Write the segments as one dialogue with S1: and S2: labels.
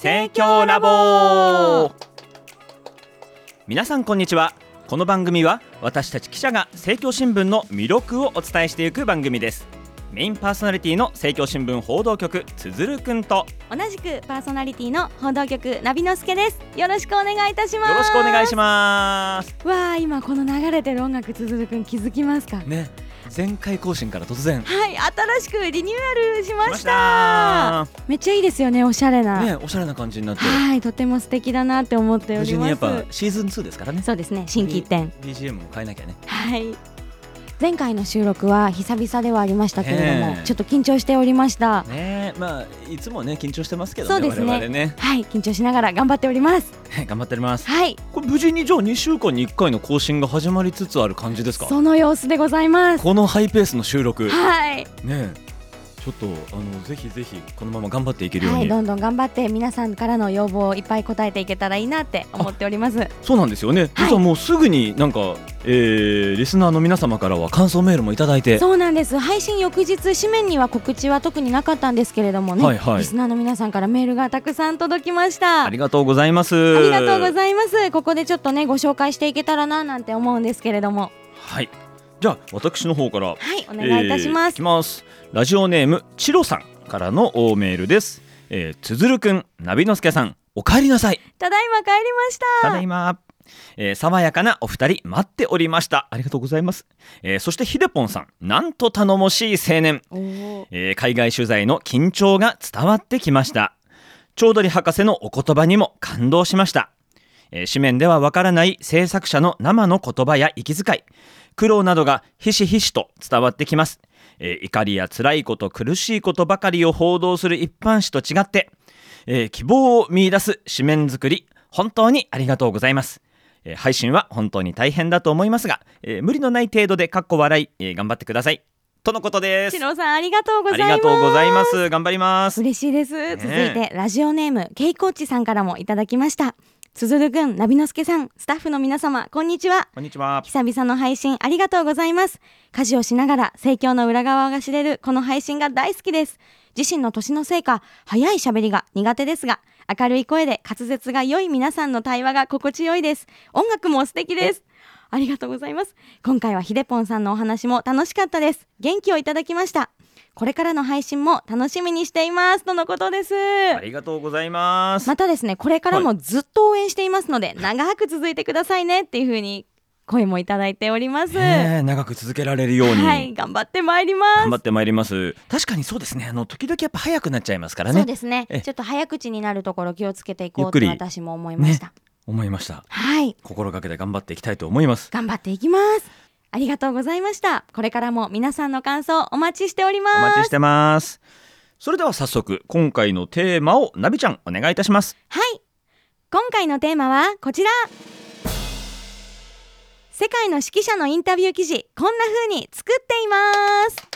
S1: 提供ラボ皆さんこんにちはこの番組は私たち記者が政教新聞の魅力をお伝えしていく番組ですメインパーソナリティの政教新聞報道局つづるくんと
S2: 同じくパーソナリティの報道局ナビのすけですよろしくお願いいたします
S1: よろしくお願いします
S2: すわあ今この流れてる音楽つづるくん気づきますか
S1: ね前回更新から突然
S2: はい新しくリニューアルしま
S1: 来
S2: した
S1: ました
S2: めっちゃいいですよねおしゃれな、
S1: ねおしゃれな感じになって
S2: はいとても素敵だなって思ってお
S1: 無
S2: り
S1: 事
S2: ま
S1: に
S2: す
S1: やっぱシーズン2ですからね
S2: そうですね新規一点
S1: BGM も変えなきゃね
S2: はい前回の収録は久々ではありましたけれども、
S1: ええ
S2: ちょっと緊張しておりました
S1: ねえまあいつもね緊張してますけど
S2: そう
S1: ね
S2: ですね
S1: 我々ね
S2: はい緊張しながら頑張っております
S1: 頑張っております
S2: はい
S1: これ無事にじゃあ2週間に1回の更新が始まりつつある感じですか
S2: その様子でございます
S1: このハイペースの収録
S2: はい
S1: ねえちょっとあのぜひぜひこのまま頑張っていけるよう
S2: は
S1: に、
S2: いどんどん頑張って皆さんからの要望をいっぱい答えていけたらいいなって思っております
S1: そうなんですよね、実はもうすぐになんか、えー、リスナーの皆様からは感想メールもいただいて
S2: そうなんです配信翌日紙面には告知は特になかったんですけれどもね、
S1: はいはい
S2: リスナーの皆さんからメールがたくさん届きました
S1: ありがとうございます
S2: ありがとうございますここでちょっとねご紹介していけたらななんて思うんですけれども
S1: はいじゃあ私の方から
S2: はいお願いいたしま
S1: えーい
S2: す、
S1: きますラジオネームチロさんからのおメールです、えー、つづるくんナビのすけさんお帰りなさい
S2: ただいま帰りました
S1: ただいま、えー爽やかなお二人待っておりましたありがとうございます、えーそしてひでぽんさんなんと頼もしい青年、
S2: おー
S1: えー海外取材の緊張が伝わってきましたちょうどり博士のお言葉にも感動しました、えー紙面ではわからない制作者の生の言葉や息遣い苦労などがひしひしと伝わってきます、えー怒りや辛いこと苦しいことばかりを報道する一般紙と違って、えー希望を見出す紙面作り本当にありがとうございますえー配信は本当に大変だと思いますが、えー無理のない程度でかっこ笑い、えー頑張ってくださいとのことです
S2: シローさんありがとうござ
S1: あ
S2: い
S1: り
S2: ます
S1: がとうございます。頑張ります。
S2: 嬉しいです、
S1: ね
S2: 続いてラジオネームケイコーチさんからもいただきましたつづるくんナビのすけさんスタッフの皆様こんにちは
S1: こんにちは。
S2: 久々の配信ありがとうございます家事をしながら盛況の裏側が知れるこの配信が大好きです自身の年のせいか早い喋りが苦手ですが明るい声で滑舌が良い皆さんの対話が心地よいです音楽も素敵ですありがとうございます今回はひでぽんさんのお話も楽しかったです元気をいただきましたこれからの配信も楽しみにしていますとのことです
S1: ありがとうございます。
S2: またですねこれからもずっと応援していますので、長く続いてくださいねっていう風に声もいただいております、
S1: ねえ長く続けられるように。
S2: はい頑張ってまいります
S1: 頑張ってまいります。確かにそうですね。あの時々やっぱ早くなっちゃいますから
S2: そう
S1: ね。
S2: ですね
S1: ええ
S2: ちょっと早口になるところ気をつけていこ
S1: ゆ
S2: う
S1: っ
S2: と
S1: くり
S2: 私も思いました、
S1: 思いました。
S2: はい
S1: 心がけて頑張っていきたいと思います。
S2: 頑張っていきますありがとうございましたこれからも皆さんの感想お待ちしております
S1: お待ちしてます。それでは早速今回のテーマをナビちゃんお願いいたします。
S2: はい今回のテーマはこちら世界の指揮者のインタビュー記事こんな風に作っています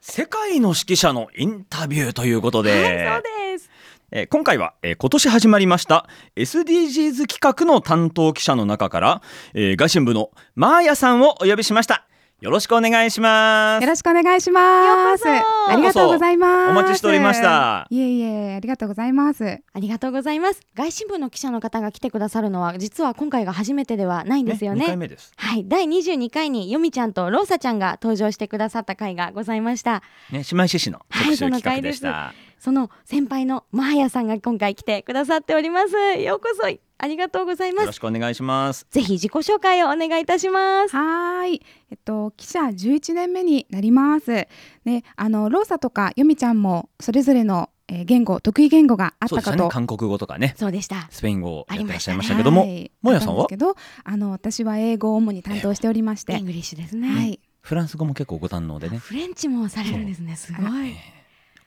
S1: 世界の指揮者のインタビューということで。
S2: はいそうです
S1: えー今回は、えー今年始まりました SDGs 企画の担当記者の中から、えー外信部のマーヤさんをお呼びしましたよろしくお願いします
S3: よろしくお願いします。
S2: ようこそ
S3: ありがとうございます。
S1: お待ちしておりました
S3: いえいえ、ありがとうございます。
S2: ありがとうございます外信部の記者の方が来てくださるのは実は今回が初めてではないんですよ
S1: 2
S2: ね
S1: 回目です
S2: はい、第22回によみちゃんとローサちゃんが登場してくださった回がございました
S1: ね姉妹獅子の特集
S2: はい
S1: 企画でした、
S2: その先輩のマーヤさんが今回来てくださっておりますようこそありがとうございま
S1: よ
S2: す
S1: ろしくお願いします
S2: ぜひ自己紹介をお願いいたします
S3: はーい、えっと記者11年目になります。ね、あのローサとかヨミちゃんもそれぞれの、えー言語得意言語があっ
S1: そう
S3: た
S1: でし
S3: か
S1: た
S3: と。
S1: ね韓国語とかね
S2: そうでした
S1: スペイン語をやってらっしゃいました
S2: あ
S1: け
S2: り
S1: ども、
S3: い
S1: もやさんは
S3: あったですけど、あの私は英語を主に担当しておりまし
S2: イ
S3: て
S2: ン、グリッシュですね、
S3: はい、
S1: フランス語も結構ご堪能でね
S2: フレンチもされるんですねすご
S3: あ
S2: い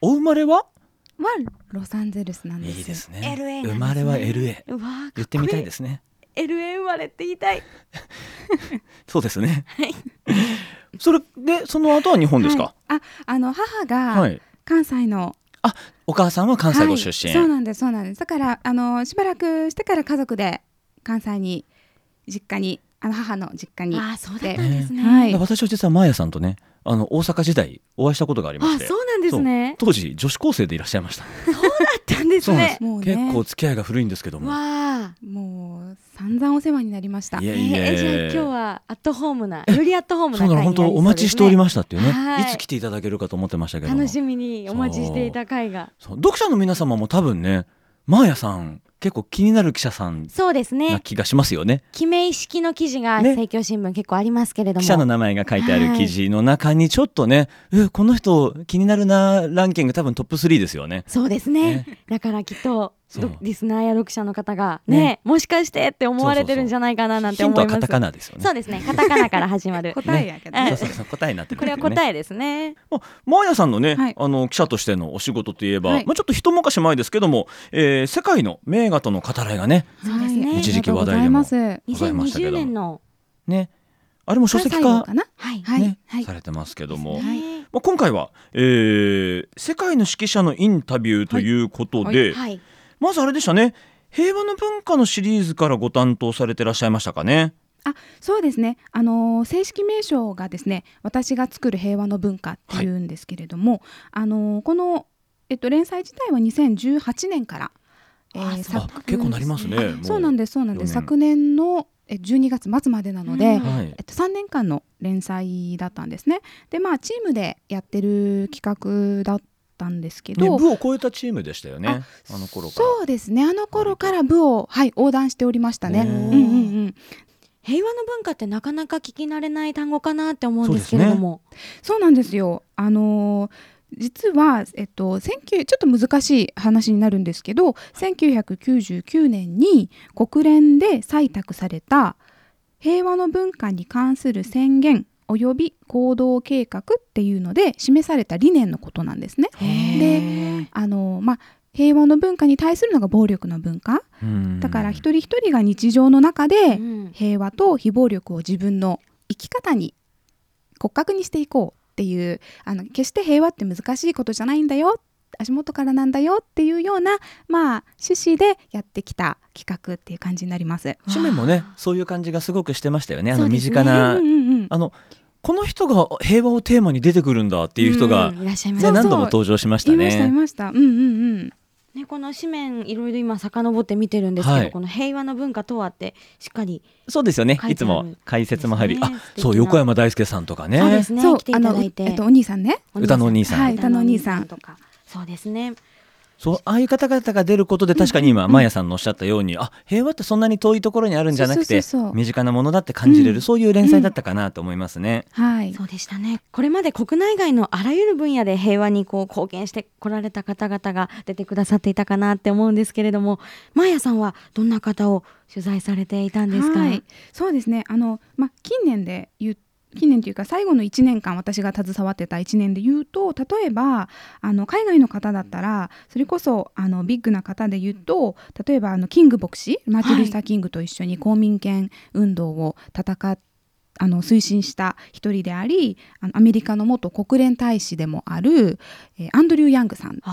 S1: お生まれは
S3: はロサンゼルスなんです。
S1: いいですね
S2: LA なんですね
S1: 生まれは LA
S2: うわー
S1: 言ってみたいですね
S2: LA 生まれって言いたい
S1: そうですね。 それでその後は日本ですか。
S3: はいあ、あの母
S1: は
S3: が
S1: い。
S3: 関西の
S1: お母さんは関西ご出
S3: は
S1: 身。
S3: い、そうなんですそうなんですだからあのしばらくしてから家族で関西に実家にあの母の実家に
S2: あーそうだったんですね。
S3: は
S2: はい
S3: い。
S1: 私は実はマーヤさんとねあの大阪時代お会いしたことがありまし
S2: あ
S1: て
S2: そうなんですね。
S1: 当時女子高生でいらっしゃいました
S2: だったんです
S1: そうなん
S2: ね
S1: で。
S3: もうね
S1: 結構付き合いが古いんですけども
S2: わあ。
S3: もう散々お世話になりました
S1: い。や
S2: え
S1: いや
S2: ー、じゃあ今日はアットホームな、よりアットホームな
S1: そ
S2: 会
S1: う
S2: に
S1: な
S2: な
S1: の
S2: りそうです
S1: 本
S2: ね。
S1: 当お待ちしておりましたっていうね、
S2: はい
S1: い、つ来ていただけるかと思ってましたけども
S2: 楽しみにお待ちしていた会が。
S1: そう読者の皆様も多分ねマーヤさん結構気になる記者さん
S2: そうです
S1: な
S2: ね。
S1: 気がしますよね
S2: 記名式の記事が
S1: ね
S2: 政教新聞結構ありますけれども。
S1: 記者の名前が書いてある記事の中にちょっとね、えこの人気になるなランキング多分トップ3ですよね
S2: そうですね。だからきっと
S1: そう
S2: どリスナーや読者の方がね
S1: ね
S2: もしかしてって思われてるんじゃないかななんて
S1: ヒ
S2: 思
S1: ント
S2: い
S1: は
S2: ます。
S1: カタカナですよね
S2: そうですね。カタカナから始ま る。
S3: 答えやけど、
S2: ね
S1: そうそうそう答えになって
S2: これは
S1: え
S2: 答えですね。
S1: マーヤさんのね、
S3: はい
S1: あの記者としてのお仕事といえば、
S3: はい
S1: まあ、ちょっと一昔前ですけども、えー世界の名画との語らいがね
S2: そうですね
S3: はい
S1: 一時期話題でも
S3: ありがとうございま
S1: わ
S3: す。
S1: かりましたけど
S2: 2020年の
S1: ねあれも書籍
S3: 関西
S1: 化
S3: 語、かな。
S2: はい。
S3: はい
S1: ね
S3: はい
S1: されてますけども、
S3: ですね
S2: ね
S1: まあ、今回は、えー世界の指揮者のインタビューということで、
S2: はい。
S1: まずあれでしたね平和の文化のシリーズからご担当されてらっしゃいましたかね。
S3: あ、そうですね。あのー正式名称がですね、私が作る平和の文化っていうんですけれども、あのーこのえっと連載自体は2018年から、えー
S2: あそう
S1: あ
S3: 昨
S1: 結構なりますね。もう
S3: そうなんですそうなんです。
S1: 四年
S3: 昨年のえ12月末までなので、
S2: うん
S1: はい
S3: えっと、3年間の連載だったんですね。でまあチームでやってる企画だったんですけ
S1: ね、
S3: ど、
S1: 部を超えたチームでしたよねあの頃から。
S3: そうですねあの頃から部を、はい、横断しておりましたね。
S1: へ
S3: う
S1: ー
S3: んうんうん、
S2: 平和の文化ってなかなか聞き慣れない単語かなって思うんですけれども。
S3: そうなんですよあのー実は、えっと、19ちょっと難しい話になるんですけど1999年に国連で採択された平和の文化に関する宣言及び行動計画っていうので示された理念のことなんですね。で
S2: へー
S3: あのまあ平和の文化に対するのが暴力の文化
S1: うん
S3: だから一人一人が日常の中で
S2: うん
S3: 平和と非暴力を自分の生き方に骨格にしていこうっていうあの決して平和って難しいことじゃないんだよ足元からなんだよっていうようなまあ趣旨でやってきた企画っていう感じになります。
S1: 紙面もねそういう感じがすごくしてましたよねあの
S2: そうで
S1: 身
S2: すね
S1: 近な、
S3: うんうんうん
S1: あのこの人が平和をテーマに出てくるんだっていう人が、
S2: う
S1: ね
S2: んいらっしゃいま
S3: そ
S2: す
S3: うそう
S1: 何度も登場しました
S3: いました
S1: ね。
S3: いました。うんうんうん。
S2: ねこの紙面いろいろ今遡って見てるんですけど、
S1: はい
S2: この平和の文化とはってしっかり、
S1: そうですよね
S2: 書
S1: い
S2: い
S1: つ
S2: てあ
S1: も
S2: る
S1: 解説も入り、
S2: そうですね素
S1: あ
S2: 敵な
S1: そう横山大輔さんとかね
S2: そうですね
S3: そう
S2: 来てい
S3: あ
S2: た
S3: の
S2: だいて、
S3: えっとお兄さんね。
S1: 歌のお兄さん
S3: はい歌のお兄さん
S2: とかそうですね
S1: そうああいう方々が出ることで確かに今、マヤさんのおっしゃったようにあ平和ってそんなに遠いところにあるんじゃなくて
S3: そうそうそうそう
S1: 身近なものだって感じれる、
S3: うん
S1: そういう連載だったかなと思いますね。
S3: はい。
S2: そうでしたねこれまで国内外のあらゆる分野で平和にこう貢献してこられた方々が出てくださっていたかなって思うんですけれどもマーヤさんはどんな方を取材されていたんですか、
S3: はい、そうですね。あのまあ近年で言う近年というか最後の1年間私が携わってた1年で言うと例えばあの海外の方だったらそれこそあのビッグな方で言うと例えばあのキング牧師マーチン・ルーサー・キングと一緒に公民権運動を戦っあの推進した一人でありあのアメリカの元国連大使でもある、えーアンドリュー・ヤングさんっていう
S1: あ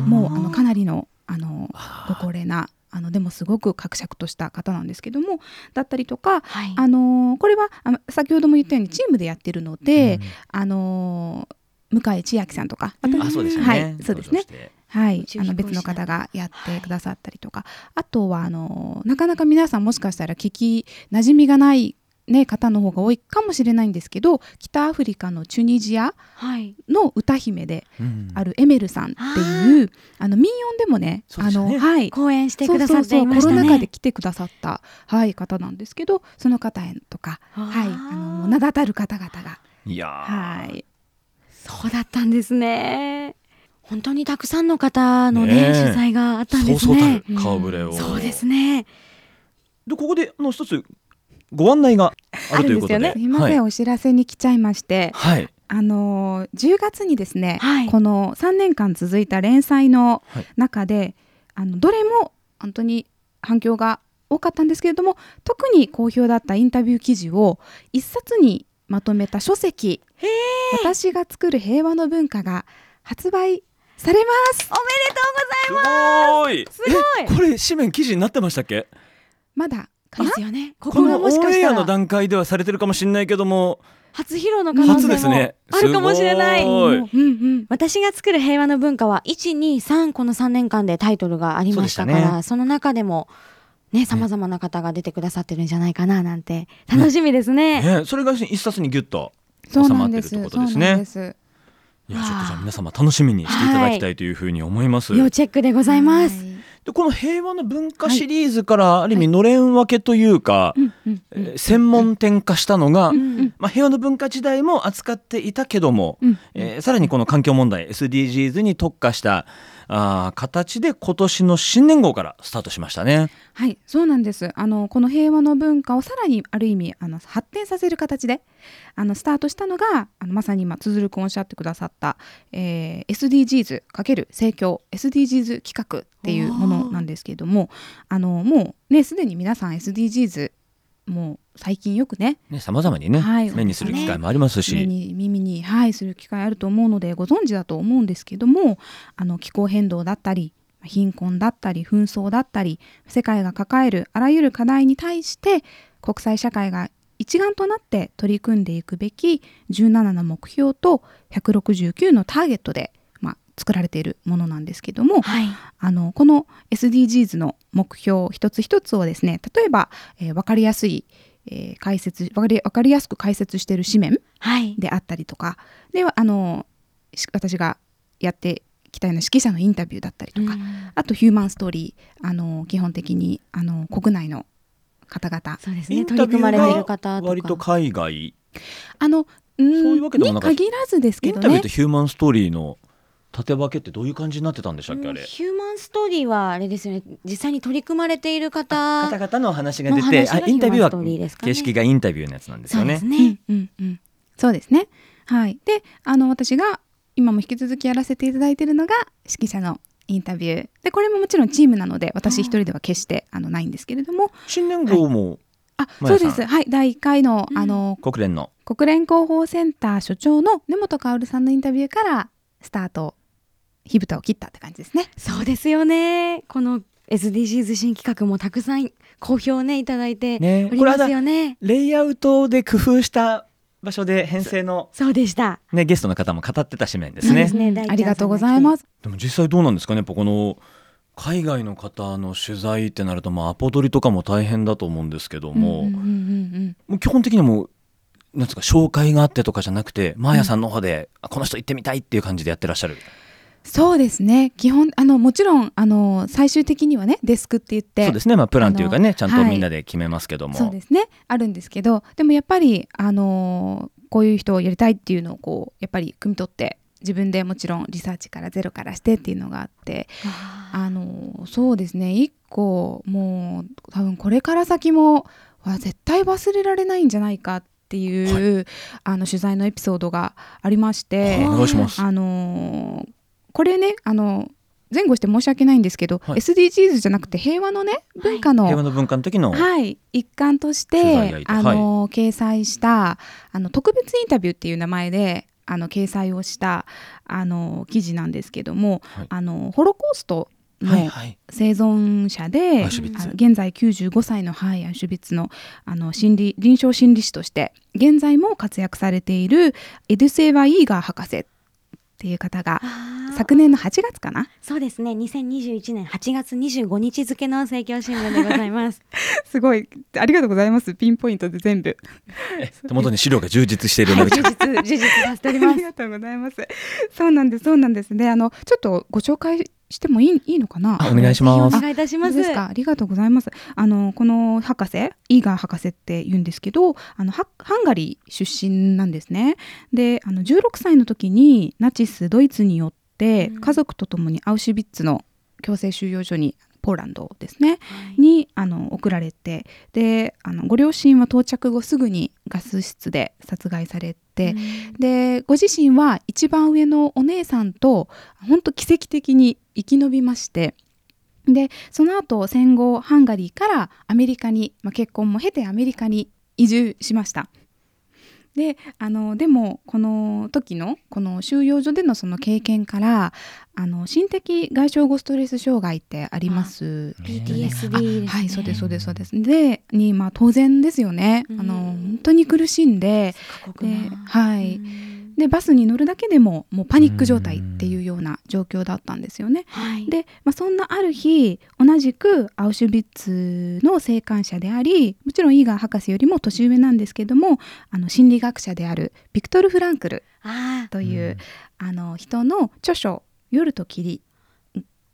S1: ー
S3: もうあのかなりのあのご
S1: あ
S3: 高齢なあのでもすごく伯爵とした方なんですけどもだったりとか、
S2: はい
S3: あのーこれはあの先ほども言ったようにチームでやってるの
S1: ー
S3: で、あのー向井千秋さんとか、
S2: うん
S1: うんあそうですよね、
S3: はいそうですね
S1: 登場して
S3: はい
S2: 宇、宙
S3: あ
S2: 飛
S3: の
S2: 行士
S3: 別の方がやってくださったりとか、あとはあのーなかなか皆さんもしかしたら聞き馴染みがない、ね、方の方が多いかもしれないんですけど北アフリカのチュニジア
S2: はい
S3: の歌姫で
S1: うん
S3: あるエメルさんっていう、あの民謡でもね
S1: そうで
S3: あ
S1: した
S3: の
S1: ね
S3: はい、
S2: 講演してくださっていまし
S3: そ
S2: た
S3: うそうそうコ
S2: ね
S3: ロナ禍で来てくださった、はい、方なんですけどその方へとか、はい、あのもう名だたる方々が、
S1: いやー、
S3: はい、
S2: そうだったんですね本当にたくさんの方のね
S1: ねえ
S2: 取材があったん
S1: そ
S2: で
S1: う
S2: す
S1: そうた
S2: ね
S1: る顔ぶれを、
S2: そうですね
S1: でここであの一つご案内があるということで
S2: ある
S3: すいません、お知らせに来ちゃいまして、
S1: はい、はい
S3: あのー10月にですね、
S2: はい
S3: この3年間続いた連載の
S1: はい
S3: 中で、あのどれも本当に反響が多かったんですけれども特に好評だったインタビュー記事を一冊にまとめた書籍「私が作る平和の文化」が発売されます
S2: おめです
S1: ごーい
S2: すごい
S1: えこれ紙面記事になってましたっけ
S3: まだ
S2: ですよねこ
S1: こ
S2: こが
S1: のオ
S2: もしか
S1: ン
S2: し
S1: エ
S2: た
S1: アの
S2: ら
S1: 段階ではされてるかもしれないけども
S2: 初披露の可能
S1: 初
S2: 性
S1: です
S2: も
S1: ね
S2: あるかもしれない
S1: すごい
S3: うんうん
S2: 私が作る平和の文化は123この3年間でタイトルがありましたから
S1: そう
S2: そ
S1: でした
S2: の中でもねさまざまな方が出てくださってるんじゃないかななんて楽しみですね。
S1: ね、それが一冊にギュッと
S3: そう
S1: 収
S3: な
S1: ま
S3: ん
S1: って
S3: で
S1: るっ
S3: す
S1: てこと
S3: そう
S1: です
S3: なん
S1: ね
S3: で。す
S1: いや
S2: わあ
S1: ちょっとじゃあ皆様楽しみにしていただきたいというふうに思います。
S2: 要チェックでございます。
S3: はい
S1: でこの平和の文化シリーズからある意味のれん分けというか、
S3: うんうん
S1: えー専門店化したのが、
S3: うんうん
S1: まあ、平和の文化時代も扱っていたけども、
S3: うん
S1: えーさらにこの環境問題 SDGs に特化したあー形で今年の新年号からスタートしましたね。
S3: はい、そうなんです。あのこの平和の文化をさらにある意味あの発展させる形で、あのスタートしたのがあのまさに今つづるくんおっしゃってくださった、えー、SDGs かける政教 SDGs 企画っていうものなんですけれども、あのもうねすでに皆さん SDGs もう最近よくね
S1: ね様々にね、
S3: はい
S1: 目にする機会もありますし、
S3: 目に耳に、はい、する機会あると思うのでご存知だと思うんですけどもあの気候変動だったり貧困だったり紛争だったり世界が抱えるあらゆる課題に対して国際社会が一丸となって取り組んでいくべき17の目標と169のターゲットで、まあ、作られているものなんですけども、
S2: はい、
S3: あのこの SDGs の目標一つ一つをですね例えば、え分かりやすい、えー解説分かりわかりやすく解説している紙面
S2: はい、
S3: であったりとかではあのし私がやってきたような指揮者のインタビューだったりとか、
S2: うん
S3: あとヒューマンストーリーあの基本的にあの国内の方々
S2: そうです
S1: イ
S2: ね
S1: ンタ
S2: 取り
S1: ビュ
S2: 組
S1: ー
S2: まれている
S1: が
S2: 方とか
S1: 割と海外
S3: あのう
S1: そうい
S3: ん
S1: うわけでもな
S3: に
S1: かった
S3: 限らずです
S1: イ
S3: け
S1: ン
S3: ど
S1: タビュー
S3: ね
S1: とヒューマンストーリーの縦分けってどういう感じになってたんでしたっけあれ、
S2: ヒューマンストーリーはあれですよね実際に取り組まれている方
S1: 方々のお話が
S2: の
S1: 出
S2: 話
S1: て
S2: が
S1: あインタビ
S2: ヒュー
S1: ュー
S2: マンストーリーです
S1: は
S2: かね
S1: 形式がインタビューのやつなんです
S2: そ
S1: よ
S2: うで
S1: ね
S2: す。
S3: う
S2: ね
S3: ん。うんうんそうですねはいであの私が今も引き続きやらせていただいているのが指揮者のインタビューでこれももちろんチームなので私一人では決してあのないんですけれども
S1: 新年号も
S3: あ
S1: まや
S3: そう
S1: さん
S3: ですはい第1回の、
S2: うん
S3: あの
S1: 国連の、
S3: 国連広報センター所長の根本薫さんのインタビューからスタート火蓋を切ったって感じですね。
S2: そうですよねこの SDGs 新企画もたくさん好評ねいただいて
S1: ね
S2: おり
S1: これ
S2: ま
S1: はだ
S2: すよね
S1: レイアウトで工夫した場所で編成の、
S2: そうでした
S1: ね、ゲストの方も語ってた紙面で
S2: そ
S1: す
S2: うで
S1: ね
S2: す。ね
S3: うん
S2: 大ちゃんさんが来て
S3: ありがとうございます。
S1: でも実際どうなんですかねやっぱこの海外の方の取材ってなると、まあ、アポ取りとかも大変だと思うんですけども,、
S3: うんうんうんうん
S1: もう基本的にもうなんですか紹介があってとかじゃなくてマーヤさんの方で、あこの人行ってみたいっていう感じでやってらっしゃる。
S3: そうですね。基本あのもちろんあの最終的にはねデスクって言って
S1: そうですね、まあ、プランというかねちゃんと
S3: はい
S1: みんなで決めますけども、
S3: そうですねあるんですけどでもやっぱりあのーこういう人をやりたいっていうのをこうやっぱり汲み取って自分でもちろんリサーチからゼロからしてっていうのがあってあのそうですね一個もう多分これから先もわ絶対忘れられないんじゃないかっていう、あの取材のエピソードがありまして、
S1: はいお願いします。
S3: あのこれねあの前後して申し訳ないんですけど、
S1: はい
S3: SDGs じゃなくて平和のね文化の、
S1: 平和の文化の時の、
S3: はい、一環とし
S1: 取材が
S3: て
S1: いて
S3: あの、掲載したあの特別インタビューっていう名前であの掲載をしたあの記事なんですけども、
S1: はい
S3: あのホロコースト
S1: はい
S3: の
S1: はい
S3: 生存者で、
S1: アウシュビッツ
S3: あの現在95歳のハイアウシュビッツのあの心理臨床心理士として現在も活躍されているエドゥセーバ・イーガー博士っていう方が昨
S2: 昨
S3: 年の8月かな
S2: そうですね2021年8月25日付の政教新聞でござい ます
S3: すごいありがとうございますピンポイントで全部。
S1: 手元に資料が充実しているの
S2: 充
S1: で、
S2: 実 充実させておりま
S3: あり
S2: す
S3: がとうございます。そうなんです、そうなんですね。あの、ちょっとご紹介してもいい、いいのかな。
S1: あお願いします
S2: お願いいたします
S3: ですか。ありがとうございます。あの、この博士、イーガー博士って言うんですけど、あの、ハハンガリー出身なんですね。で、あの、16歳の時にナチスドイツによって
S2: うん
S3: 家族と共にアウシュビッツの強制収容所に。ポーランドですねにあの送られてであのご両親は到着後すぐにガス室で殺害されて、でご自身は一番上のお姉さんと本当奇跡的に生き延びましてでその後戦後ハンガリーからアメリカに、まあ、結婚も経てアメリカに移住しました。であのでもこの時のこの収容所でのその経験からあの心的外傷後ストレス障害ってあります
S1: あ、
S3: えっとね
S2: PTSD
S3: あ
S2: ですね
S3: はいそうですそうですそうですでにまあ当然ですよね、
S2: うん
S3: あの本当に苦しんで
S2: 過酷
S3: で
S2: な、
S3: はい、
S2: うん
S3: でバスに乗るだけでももうパニック状態っていうような状況だったんですよね。
S2: はい、
S3: で、まあ、そんなある日同じくアウシュビッツの生還者でありもちろんイーガー博士よりも年上なんですけどもあの心理学者であるビクトル・フランクル
S2: ああ
S3: といううんあの人の著書「夜と霧」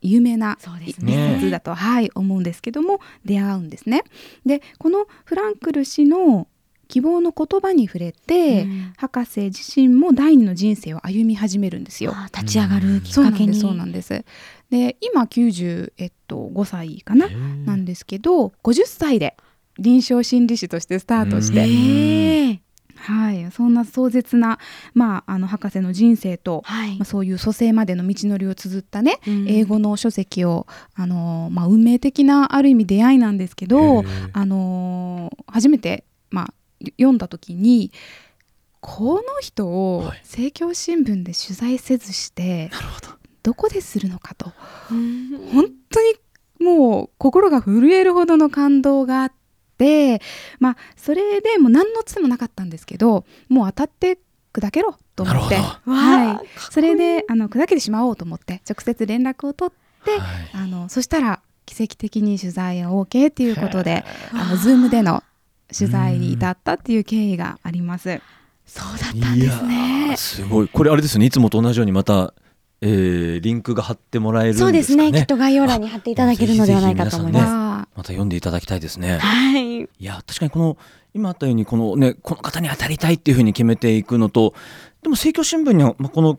S3: 有名な
S2: そうで
S3: 一
S2: すね
S3: 冊だと、はい、思うんですけども出会うんですね。でこのフランクル氏の希望の言葉に触れて、
S2: うん
S3: 博士自身も第二の人生を歩み始めるんですよ。
S2: あー立ち上がるきっ
S3: そう
S2: か
S3: なん
S2: け
S3: で
S2: に
S3: すそうなんですで今95、えっと、5歳かな、なんですけど50歳で臨床心理士としてスタートし
S1: う
S3: て、
S1: ん
S2: ええ
S3: はい、そんな壮絶な、まあ、あの博士の人生と、
S2: はい
S3: まあ、そういう蘇生までの道のりを綴ったね、
S2: うん
S3: 英語の書籍を、あのまあ、運命的なある意味出会いなんですけど、あの初めて、まあ、読んだ時にこの人を
S1: はい
S3: 政教新聞で取材せずして、
S1: なるほど。
S3: どこでするのかと
S2: うん
S3: 本当にもう心が震えるほどの感動があってまあそれでもう何のつてもなかったんですけどもう当たって砕けろと思って
S1: なるほど
S2: わあ
S3: はい、それであの砕けてしまおうと思って直接連絡を取って
S1: はい
S3: あのそしたら奇跡的に取材を OK っていうことであ
S2: わあ
S3: の Zoom での取材に至ったっていう経緯があります。
S2: そうだったんです
S1: いや
S2: ね
S1: ーすごい。これあれですね。いつもと同じようにまた、えー、リンクが貼ってもらえるんです
S2: そ
S1: か
S2: う
S1: ね。
S2: ですねきっと概要欄に貼っていただけるのではないかと思います、
S3: わあ
S1: また読んでいただきたいですね。
S2: はい
S1: いや確かにこの今あったようにこのねこの方に当たりたいっていうふうに決めていくのと、でも政教新聞にはまあこの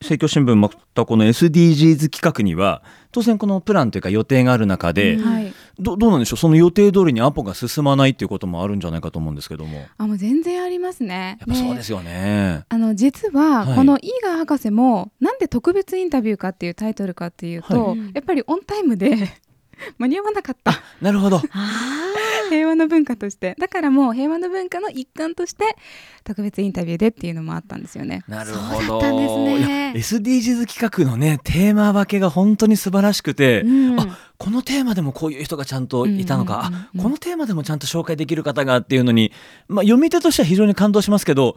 S1: 政教新聞またこの SDGs 企画には当然このプランというか予定がある中で、
S2: うん
S3: はい
S1: どどうなんでしょうその予定通りにアポが進まないっていうこともあるんじゃないかと思うんですけどもや
S3: あもう全然ありますね。
S1: っぱそうですよね。
S3: あの実
S1: は
S3: はいこのイーガー博士もなんで特別インタビューかっていうタイトルかっていうと、
S2: はい
S3: やっぱりオンタイムで 間に合わなかった
S1: なるほど。
S2: あ
S3: 平和の文化としてだからもう平和の文化の一環として特別インタビューでっていうのもあったんですよね。
S1: なる
S2: そ
S1: ほ
S2: うだ
S1: ど。
S2: ったんですね
S1: いや SDGs 企画のねテーマ分けが本当に素晴らしくて、
S2: ー、うん、
S1: あこのテーマでもこういう人がちゃんといたのか、
S3: うんうんうんうん
S1: あこのテーマでもちゃんと紹介できる方がっていうのに、まあ、読み手としては非常に感動しますけど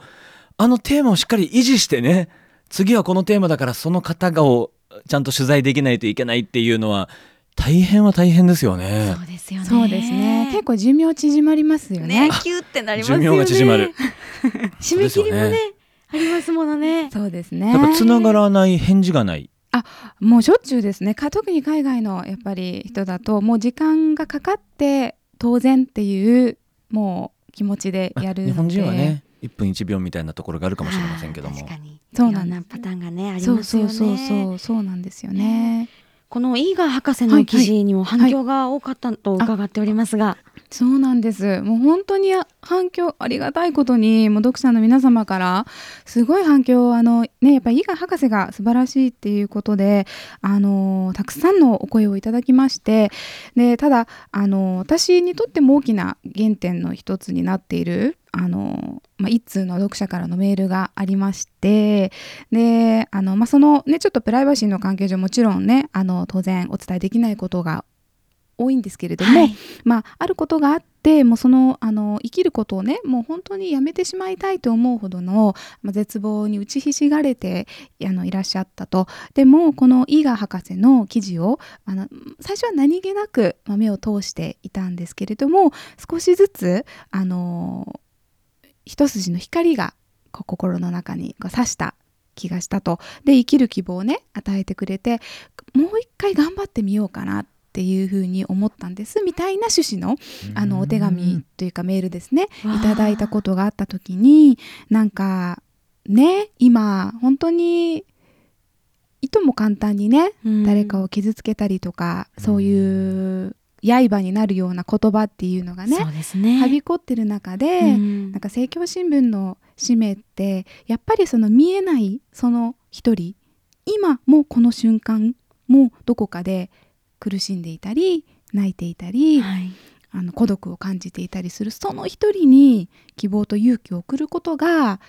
S1: あのテーマをしっかり維持してね次はこのテーマだからその方がをちゃんと取材できないといけないっていうのは大変は大変ですよね
S2: そ。うですよね
S3: そうですね結構寿命縮まりますよ
S2: ね
S3: ね。
S2: キュってなります
S1: 寿
S2: よね
S1: 命が縮まる。
S2: 締め切りも
S1: そ
S2: ね
S1: うです
S2: ありますものね
S3: そうです
S1: やっぱつ
S3: ね
S1: ながらない返事がない。
S3: もうしょっちゅうですねか特に海外のやっぱり人だともう時間がかかって当然っていうもう気持ちで
S1: まあ
S3: やるので
S1: 日本人はね1分1秒みたいなところがあるかもしれませんけども。
S2: はい確かに
S3: そうなん
S2: い
S3: で
S2: ろ
S3: す
S2: んパターンがねあり
S3: そう
S2: ます
S3: そ
S2: よ
S3: う
S2: ね
S3: そうそうそうなんですよね。
S2: このイーガー博士の記事にも反響が多かったと伺っておりますが、
S3: そうなんです。もう本当に反響ありがたいことに、もう読者の皆様からすごい反響あのねやっぱり伊賀博士が素晴らしいっていうことで、あのたくさんのお声をいただきまして、でただあの私にとっても大きな原点の一つになっている。あのまあ、一通の読者からのメールがありましてであの、まあ、その、ね、ちょっとプライバシーの関係上もちろんねあの当然お伝えできないことが多いんですけれども、
S2: はい
S3: まあ、あることがあってもうそのあの生きることをねもう本当にやめてしまいたいと思うほどの、まあ、絶望に打ちひしがれてあのいらっしゃったとでもこの伊賀博士の記事をあの最初は何気なく、まあ、目を通していたんですけれども少しずつあの一筋の光がこう心の中にこう差した気がしたとで生きる希望をね与えてくれてもう一回頑張ってみようかなっていうふうに思ったんですみたいな趣旨のあのお手紙というかメールですね
S2: わあ
S3: いただいたことがあった時になんかね今本当にいとも簡単にね
S2: うん
S3: 誰かを傷つけたりとか、そういう刃になるような言葉っていうのが
S2: そ
S3: ね
S2: うですね
S3: はびこってる中で、
S2: うん
S3: なんか政教新聞の使命ってやっぱりその見えないその一人今もこの瞬間もどこかで苦しんでいたり泣いていたり、
S2: はい
S3: あの孤独を感じていたりするその一人に希望と勇気を送ることがやっ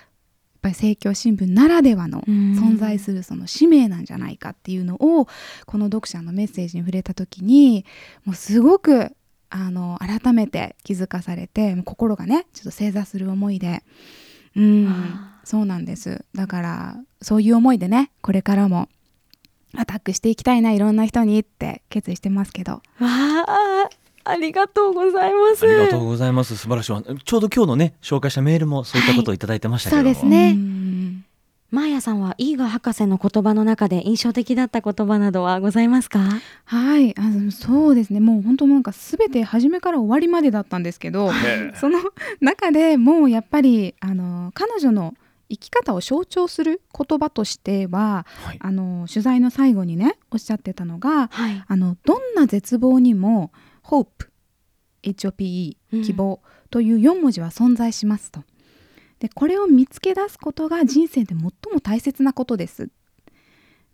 S3: ぱり政教新聞ならではの
S2: うん
S3: 存在するその使命なんじゃないかっていうのをこの読者のメッセージに触れた時にもうすごくあの改めて気づかされてもう心がねちょっと正座する思いでうん
S2: あ
S3: そうなんですだからそういう思いでねこれからもアタックしていきたいないろんな人にって決意してますけど
S2: わあありがとうございます
S1: ありがとうございます。素晴らしいわ。ちょうど今日のね、紹介したメールもそういったことをいただいてましたけども、
S2: はいそうですね
S3: うん
S2: マーヤさんはイーガ博士の言葉の中で印象的だった言葉などはございますか
S3: はいあのそうですねもう本当なんか全て初めから終わりまでだったんですけど
S1: へえ
S3: その中でもうやっぱりあの彼女の生き方を象徴する言葉としては
S1: はい
S3: あの取材の最後にねおっしゃってたのが
S2: はい
S3: あのどんな絶望にも「hope」「HOPE」
S2: うん
S3: 「希望」という4文字は存在しますと。でこれを見つけ出すことが人生で最も大切なことです。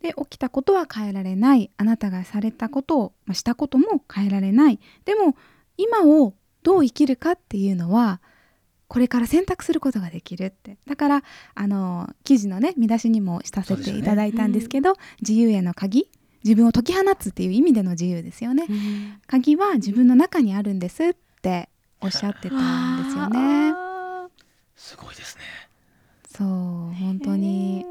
S3: で起きたことは変えられないあなたがされたことを、まあ、したことも変えられないでも今をどう生きるかっていうのはこれから選択することができるってだからあの記事のね見出しにもしたせていただいたんですけど、自由への鍵自分を解き放つっていう意味での自由ですよね、
S2: うん
S3: 鍵は自分の中にあるんですっておっしゃってたんですよね
S2: わあ
S1: すごいですね。
S3: そう本当に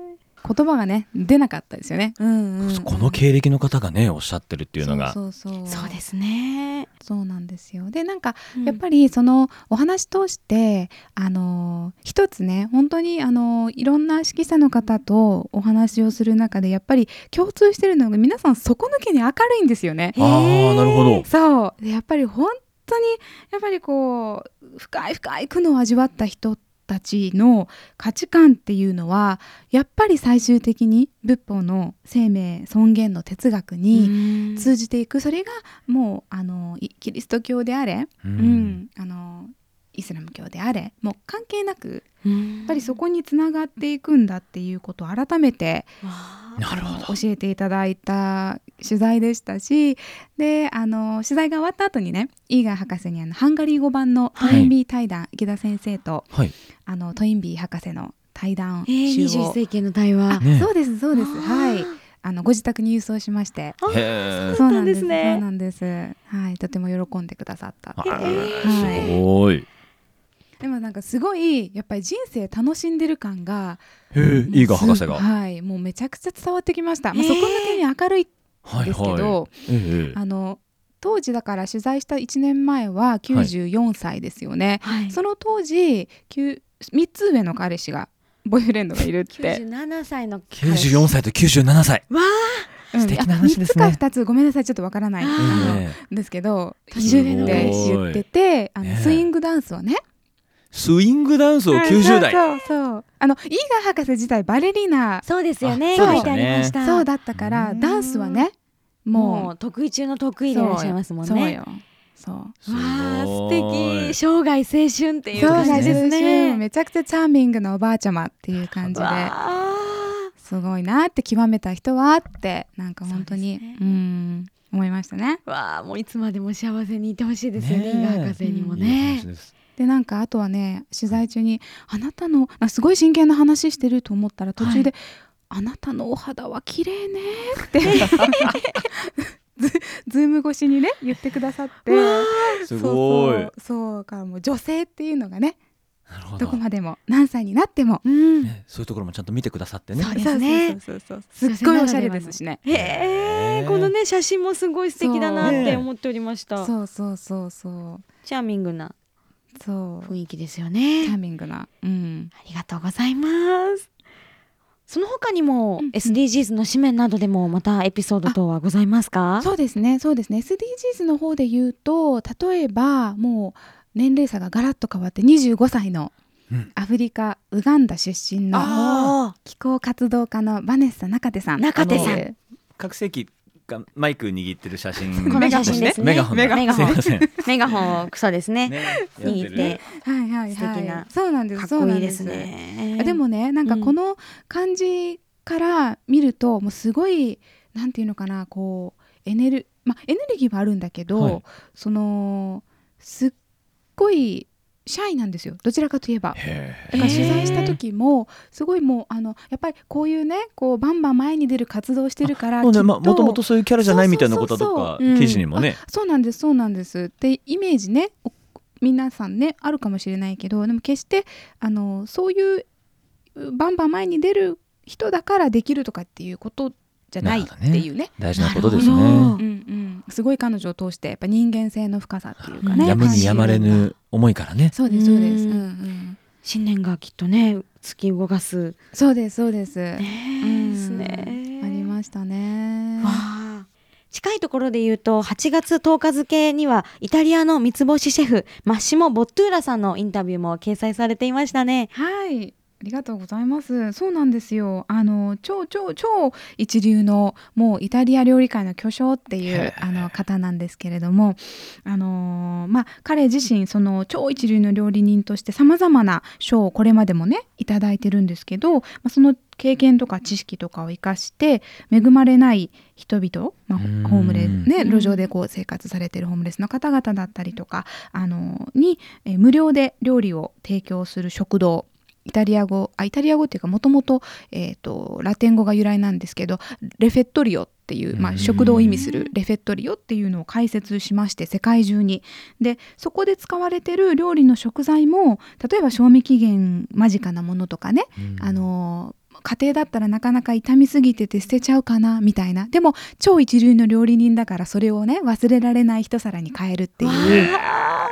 S3: 言葉がね出なかったですよね、うんうんうん
S1: この経歴の方がね、おっしゃってるっていうのが、
S3: そうそうそう
S2: そうですね、
S3: そうなんですよでなんか
S2: うん
S3: やっぱりそのお話通してあの一つね本当にあのいろんな指揮者の方とお話をする中でやっぱり共通してるのが皆さん底抜けに明るいんですよね。
S1: ああなるほど。
S3: そうでやっぱり本当にやっぱりこう深い深い苦悩を味わった人たちの価値観っていうのはやっぱり最終的に仏法の生命尊厳の哲学に
S2: に
S3: 通じていくそれがもうあのいキリスト教であれ
S1: う
S3: うん、あのイスラム教であれもう関係なく
S2: や
S3: やっぱりそこにつながっていくんだっていうことを改めて
S1: なるほど
S3: あの教えていただいた取材でしたしであの取材が終わった後にねイーガー博士にあのハンガリー語版のトインビー対談、池田先生と
S1: はい。
S3: あのトインビー博士の対談
S2: えー、
S3: 集を
S2: 21、世紀の対話
S3: あ
S1: ね
S3: そうですそうです
S2: あー
S3: はいあのご自宅に郵送しまして
S2: あ
S1: へえ
S2: そうなんですね
S3: そうなんですそうなんですはいとても喜んでくださった
S1: あ
S2: えー
S1: ーすごい。
S3: でもなんかすごいやっぱり人生楽しんでる感が
S1: へえイーガー博士が。
S3: もうすはいもうめちゃくちゃ伝わってきました、まあ、
S2: へえ
S3: そこだけに明るいん
S1: はい
S3: ですけど、
S1: はい。ええ
S3: あの当時だから取材した1年前は94歳ですよね、
S2: はい
S3: その当時3つ上の彼氏がボーイフレンドがいるって、
S2: 97歳の彼
S1: 九十四歳と九十七歳。
S2: わ
S3: うん
S1: 素敵な話ですね
S3: あ3つか2つごめんなさいちょっとわからない
S2: あー
S1: ええ
S3: んですけど
S2: 年上の
S3: って
S2: 彼
S1: 氏
S3: 言っててあの、
S1: ねえ
S3: スイングダンスをね
S1: スイングダンスを九十代。
S3: そうそうそうあのイーガー博士自体バレリーナ
S2: そうですよね
S1: あ
S3: そう
S2: 書い
S3: です
S2: て
S1: ね
S2: ありました
S3: そうだったから
S1: うん
S3: ダンスはね
S2: も
S3: も
S2: う得意中の得
S3: う
S2: 意でいらっしゃいますもん
S3: そう
S2: ね
S3: よそう
S1: すごい
S2: わあ素敵生涯青春ってい
S3: そううな
S2: 感
S3: ん
S2: じ
S3: で
S2: で
S3: す
S2: すね
S3: めちゃくちゃチャーミングなおばあちゃまっていう感じで
S2: わあ
S3: すごいなって極めた人はってなんか本当にう,、
S2: そうですね
S3: ん思いましたね
S2: わあもういつまでも幸せにいてほしいですよね
S1: ねえ
S2: 伊賀博士にも
S1: いい
S2: ね
S1: 話です
S3: でなんかあとはね取材中にあなたのあすごい真剣な話してると思ったら途中で、あなたのお肌は綺麗ねって ズズーム越しにね言ってくださって
S2: わ
S1: すごい。
S3: そうそうそうからもう女性っていうのがね
S1: なるほ
S3: ど
S1: ど
S3: こ。までも何歳になっても、
S2: うん
S1: ねそういうところもちゃんと見てくださってね
S2: そう。ですね
S3: そうそうそうそうすっごいおしゃれですしね
S2: へ
S1: へえ
S2: えこのね写真もすごい素敵だなっ
S1: そうね
S2: て思っておりました、
S3: そうそうそうそう
S2: チャーミングな
S3: そう
S2: 雰囲気ですよ
S3: チャ
S2: ね
S3: ーミングなうん
S2: ありがとうございますその他にも
S3: うんうん
S2: SDGs の紙面などでもまたエピソード等はございますか
S3: そうですねそうですね SDGs の方で言うと例えばもう年齢差がガラッと変わって25歳の
S1: うん
S3: アフリカ、ウガンダ出身の
S2: あ
S3: 気候活動家のバネッサ中手さん
S2: 中
S1: 手さん
S3: っていう
S1: 拡声器がマイク握ってる写真。
S2: この写真ですね
S1: メガホンだ。
S2: メガホン
S1: すいません。ね
S2: ーメガホンをクソです ね
S1: やって
S2: 握っ
S1: る
S2: て
S3: はいはいはい
S2: 素敵な
S3: そうなんです
S2: かっこいいで
S3: そ
S2: す
S3: うなん
S2: ね
S3: あでもねなんか
S2: うん
S3: この感じから見ると、もうすごいなんていうのかなこうエネル、まあ、エネルギーはあるんだけど、
S1: はい
S3: そのすっごいシャイなんですよどちらかといえば。
S1: へ
S3: だから
S2: へー
S3: 取材した時もすごいもうあのやっぱりこういうねこうバンバン前に出る活動してるから
S1: もう
S3: き
S1: ね、
S3: っ
S1: まあ、もともとそういうキャラじゃないみたいな
S3: そ
S1: こ
S3: うそ
S1: と
S3: うそ
S1: と
S3: うそ
S1: か、
S3: う
S2: うん
S1: 記事にもね。
S3: そうなんですそうなんですってイメージねお皆さんねあるかもしれないけどでも決してあのそういうバンバン前に出る人だからできるとかっていうことじゃないっていうね
S1: 大事なことです
S2: なるほ
S1: ね
S2: ど。
S3: うんうん、すごい彼女を通してやっぱ人間性の深さっていうか
S2: うん
S3: ね
S1: やむにやまれ
S3: 感じる
S1: ぬ思いからね。
S3: そうですそうです、
S2: う
S3: うんんうん、
S2: 信念がきっとね突き動かす
S3: そうですそうです、
S2: ね
S3: うん
S2: ですね
S3: ありましたね
S2: わあ近いところで言うと8月10日付にはイタリアの三つ星シェフマッシモ・ボットゥーラさんのインタビューも掲載されていましたね。
S3: はい。ありがとうございます。そうなんですよ。あの超超超一流のもうイタリア料理界の巨匠ってい
S1: へ
S3: うあの方なんですけれども、あのーまあ彼自身その超一流の料理人としてさまざまな賞をこれまでもねいただいてるんですけど、まあ、その経験とか知識とかを生かして恵まれない人々、まあ
S1: うん、
S3: ホームレね
S2: うん
S3: 路上でこう生活されてるホームレスの方々だったりとかあのに、えー無料で料理を提供する食堂イタリア語あイタリア語っていうかもともと,、えー、とラテン語が由来なんですけどレフェットリオっていう、ま
S1: うん
S3: あ、食堂を意味するレフェットリオっていうのを開設しまして世界中にでそこで使われてる料理の食材も例えば賞味期限間近なものとかねあの家庭だったらなかなか傷みすぎてて捨てちゃうかなみたいなでも超一流の料理人だからそれをね忘れられない一皿に変えるっていう
S2: わあ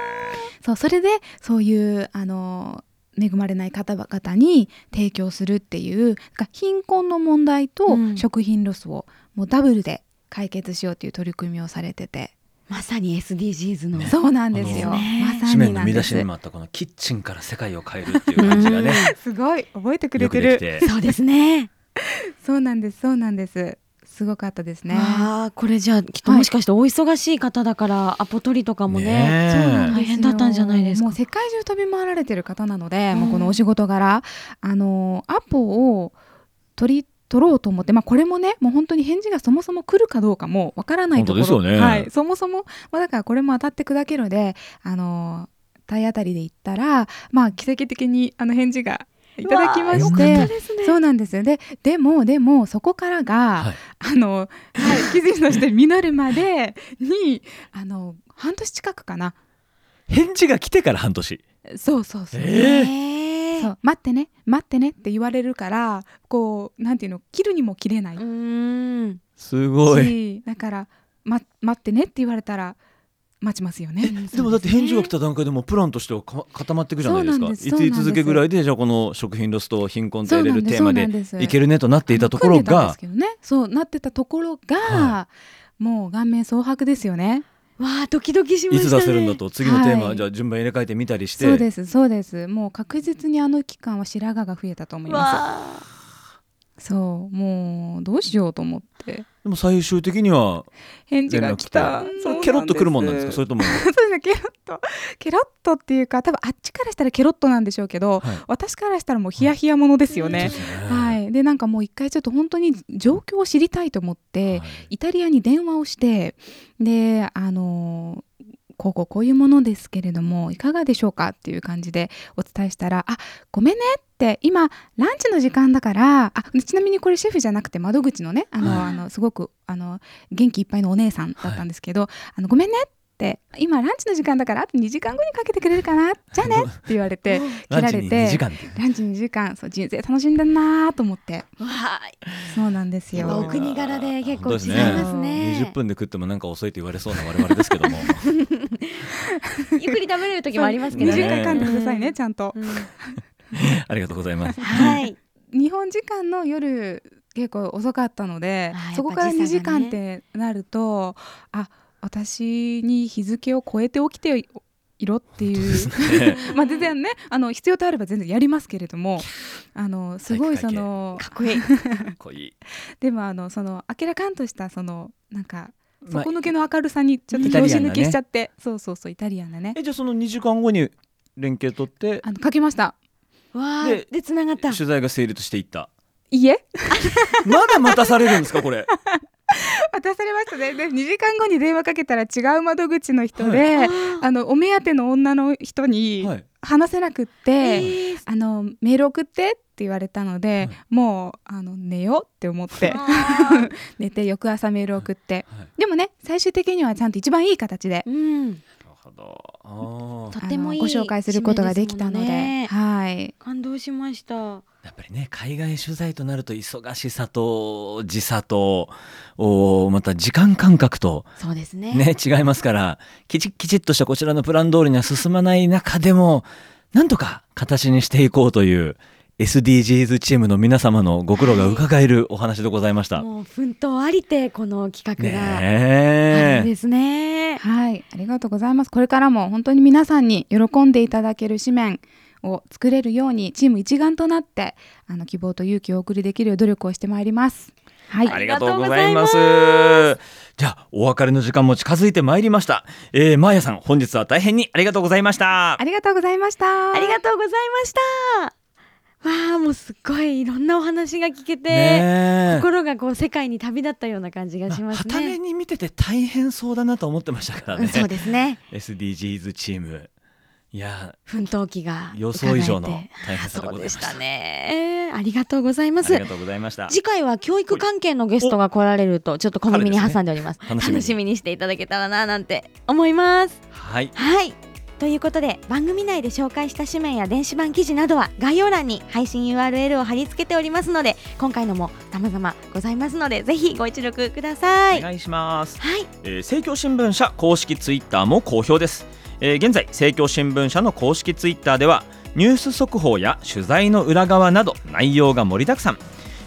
S3: そうそれでそういうあの恵まれない方々に提供するっていうだから貧困の問題と
S2: うん
S3: 食品ロスをもうダブルで解決しようという取り組みをされてて、
S2: まさに SDGs の、
S3: そうなんですよ、
S2: あのね
S3: まさ
S1: 紙
S3: に
S1: 面
S3: な
S1: の
S3: ん
S1: 見
S3: で
S1: 出し
S3: す
S1: にもあったこのキッチンから世界を変えるっていう感じがね、
S3: すごい覚えてくれ
S1: よ
S3: て
S1: く
S3: る
S1: できて。
S2: そうですね。
S3: そうなんですそうなんですすごかったですね。
S2: ああこれじゃあきっともしかしてお忙しい方だから、アポ取りとかもね。
S1: ねえ
S3: そうなんですよ
S2: 大変だったんじゃないですか
S3: もう世界中飛び回られてる方なので、
S2: うん
S3: もうこのお仕事柄あのアポを取り取ろうと思って、まあ、これもねもう本当に返事がそもそも来るかどうかもわからないところ
S1: 本当ですよね
S3: はい、そもそも、まあ、だからこれも当たって砕けるのであの体当たりで言ったら、まあ、奇跡的にあの返事がいただき
S1: う
S3: ま
S1: わーよ
S3: し
S1: かった
S3: て。
S2: ですね
S3: そうなんですよででもでもそこからが、
S1: はい
S3: あの、はい、記事として実るまでにあの半年近くかな
S1: 返事が来てから半年。
S3: そうそうそう,、
S1: えー
S2: え
S3: そう待ってね待ってねって言われるからこうなんていうの切るにも切れない
S2: ー、うーん。
S1: すごい。
S3: しだから、ま、待ってねって言われたら待ちますよね。
S1: でもだって返事が来た段階でもうプランとしてはか固まっていくじゃないですか
S3: そうなんです
S1: いつい続けぐらいでじゃあこの食品ロスと貧困と
S3: そう
S1: 入れ
S3: な
S1: る
S3: んです
S1: テーマで
S3: そうなん
S1: いけ
S3: るっ
S1: るねとなっていたところが
S3: けど、ね、そうなってたところが、
S1: は
S3: もう顔面蒼白ですよね。
S2: わあドキドキしま
S1: い
S2: したね。
S1: つ出せるんだと次のテーマ、
S3: はい
S1: じゃあ順番入れ替えてみたりして
S3: そうですそうですもう確実にあの期間は白髪が増えたと思いま
S2: わあ
S3: すそうもうどうしようと思って
S1: でも最終的には
S3: 返事
S1: 連絡
S3: が来
S1: 来
S3: た
S1: て
S3: そうなん
S1: ケロッとくるもんなんですかそ れとも、
S3: そうですねケロッとケロッとっていうか多分あっちからしたらケロッとなんでしょうけど、
S1: はい
S3: 私からしたらもうヒヤヒヤものですよ
S1: そう
S3: ね
S1: で。すね
S3: はい、でなんかもう一回ちょっと本当に状況を知りたいと思って、
S1: はい
S3: イタリアに電話をしてであのこうこうこういうものですけれどもいかがでしょうかっていう感じでお伝えしたら「あごめんね」って今ランチの時間だからあちなみにこれシェフじゃなくて窓口のねあの、
S1: はい
S3: あのすごくあの元気いっぱいのお姉さんだったんですけど「あのごめんね」って今ランチの時間だからあと2時間後にかけてくれるかなじゃあねって言わ れて
S1: ラン
S3: 切ら
S1: チ
S3: れ
S1: に2
S3: て
S1: 時間っていうね
S3: ランチ2時間そう人生楽しんだなーと思って
S2: わあ
S3: そうなんです
S2: やっぱお
S3: よ。
S2: 国柄で結構
S1: 本当
S2: 違い
S1: ですね
S2: ますね。
S1: 20分で食ってもなんか遅いと言われそうな我々ですけ ども
S2: ゆっくり食べれる時もありますけど
S3: 2
S2: ね。
S3: 時間噛んでくださいね、ちゃんと。
S1: ありがとうございます
S2: はい。
S3: 日本時間の夜結構遅かったので、
S2: あー
S3: そこから
S2: やっぱ
S3: 2
S2: 時
S3: 時
S2: 差がね
S3: 間ってなると、あ私に日付を超えて起きていろってい
S1: そう
S3: う
S1: ですね
S3: まあ全然ねあの必要とあれば全然やりますけれどもあのすごいその
S2: かっこいい。
S1: かっこいい
S3: でもあのその明らかんとしたそのなんか
S1: まあ
S3: 底抜けの明るさにちょっと
S1: イタ
S3: 拍
S1: リ
S3: 子
S1: アンなね
S3: 抜けしちゃって、そうそうそうイタリアンなね
S1: えじゃあその2時間後に連携取って
S3: あのかけました
S2: わあ
S1: で
S2: で繋がった。
S1: 取材が成立していった
S3: いいえ
S1: まだ待たされるんですかこれ
S3: 渡されましたねで2時間後に電話かけたら違う窓口の人で、 あのお目当ての女の人に
S1: はい
S3: 話せなくって、
S2: えー
S3: あのメール送ってって言われたので、
S1: はい
S3: もうあの寝ようって思 って
S2: あー
S3: 寝て翌朝メール送って、
S1: はい
S3: でもね最終的にはちゃんと一番いい形で
S2: うん、
S1: なるほどあ
S2: と
S1: ー
S2: ってもいい
S3: あのご紹介することができたので
S2: 締めですも
S3: はい
S2: 感動しました。
S1: やっぱりね海外取材となると忙しさと時差とおーまた時間感覚と
S2: そうですね。
S1: ね違いますからきちっきちっとしたこちらのプラン通りには進まない中でもなんとか形にしていこうという SDGs チームの皆様のご苦労が伺えるお話でございました。ね
S2: もう奮闘ありてこの企画があるん
S1: え
S2: ですね。
S3: はい、ありがとうございます。これからも本当に皆さんに喜んでいただける紙面を作れるようにチーム一丸となってあの希望と勇気をお送りできる努力をしてまいります。はい、
S1: あ
S2: あ
S1: り
S2: り
S1: が
S2: が
S1: と
S2: と
S1: う
S2: う
S1: ご
S2: ご
S1: ざ
S2: ざ
S1: い
S2: い
S1: ま
S2: ますす。
S1: じゃあ、お別れの時間も近づいてまいりました。えー、マーヤさん、本日は大変にありがとうございました
S3: あ。りがとうございました。
S2: ありがとうございました。わあ、もうすっごいいろんなお話が聞けて、
S1: ねえ
S2: 心がこう世界に旅立ったような感じがし
S1: まあ
S2: ます
S1: はため
S2: ね。
S1: に見てて大変そうだなと思ってましたから
S2: うん
S1: ね。
S2: そうですね。
S1: SDGs チーム。いや
S2: 奮闘期が
S1: 予想以上の
S2: 伺えて
S1: 大変さでございました
S2: あそうでしたね。ありがとうございま
S1: ー、あ
S2: す
S1: りが。とうございました。
S2: 次回は教育関係のゲストが来られるとちょっと小耳に挟んでおります。
S1: 彼ですね楽しみ
S2: 楽しみ
S1: に
S2: にしていただけたらななんて思います。
S1: はい。
S2: はいということで番組内で紹介した紙面や電子版記事などは概要欄に配信 URL を貼り付けておりますので今回のも様々ございますのでぜひご一力くださ
S1: お
S2: い。はい、
S1: 願いします。えー、政教新聞社公式ツイッターも好評です、えー現在政教新聞社の公式ツイッターではニュース速報や取材の裏側など内容が盛りだくさん、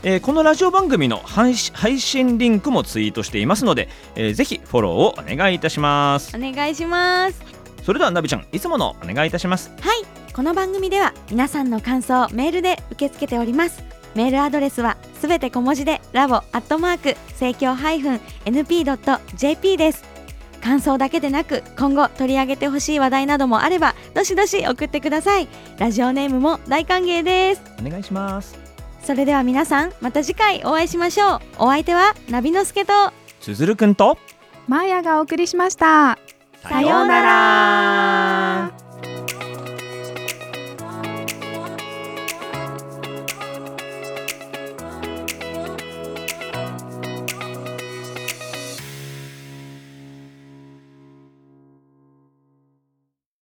S1: えーこのラジオ番組の配信配信リンクもツイートしていますので、えーぜひフォローをお願いいたします
S2: お願いします。
S1: それではナビちゃんいつものお願いいたします
S2: はいこの番組では皆さんの感想をメールで受け付けておりますメールアドレスはすべて小文字でラボアットマーク生協 -np.jp です感想だけでなく今後取り上げてほしい話題などもあればどしどし送ってくださいラジオネームも大歓迎です
S1: お願いします
S2: それでは皆さんまた次回お会いしましょうお相手はナビのすけと
S1: つづるくんと
S3: マーヤがお送りしました。
S2: さようなら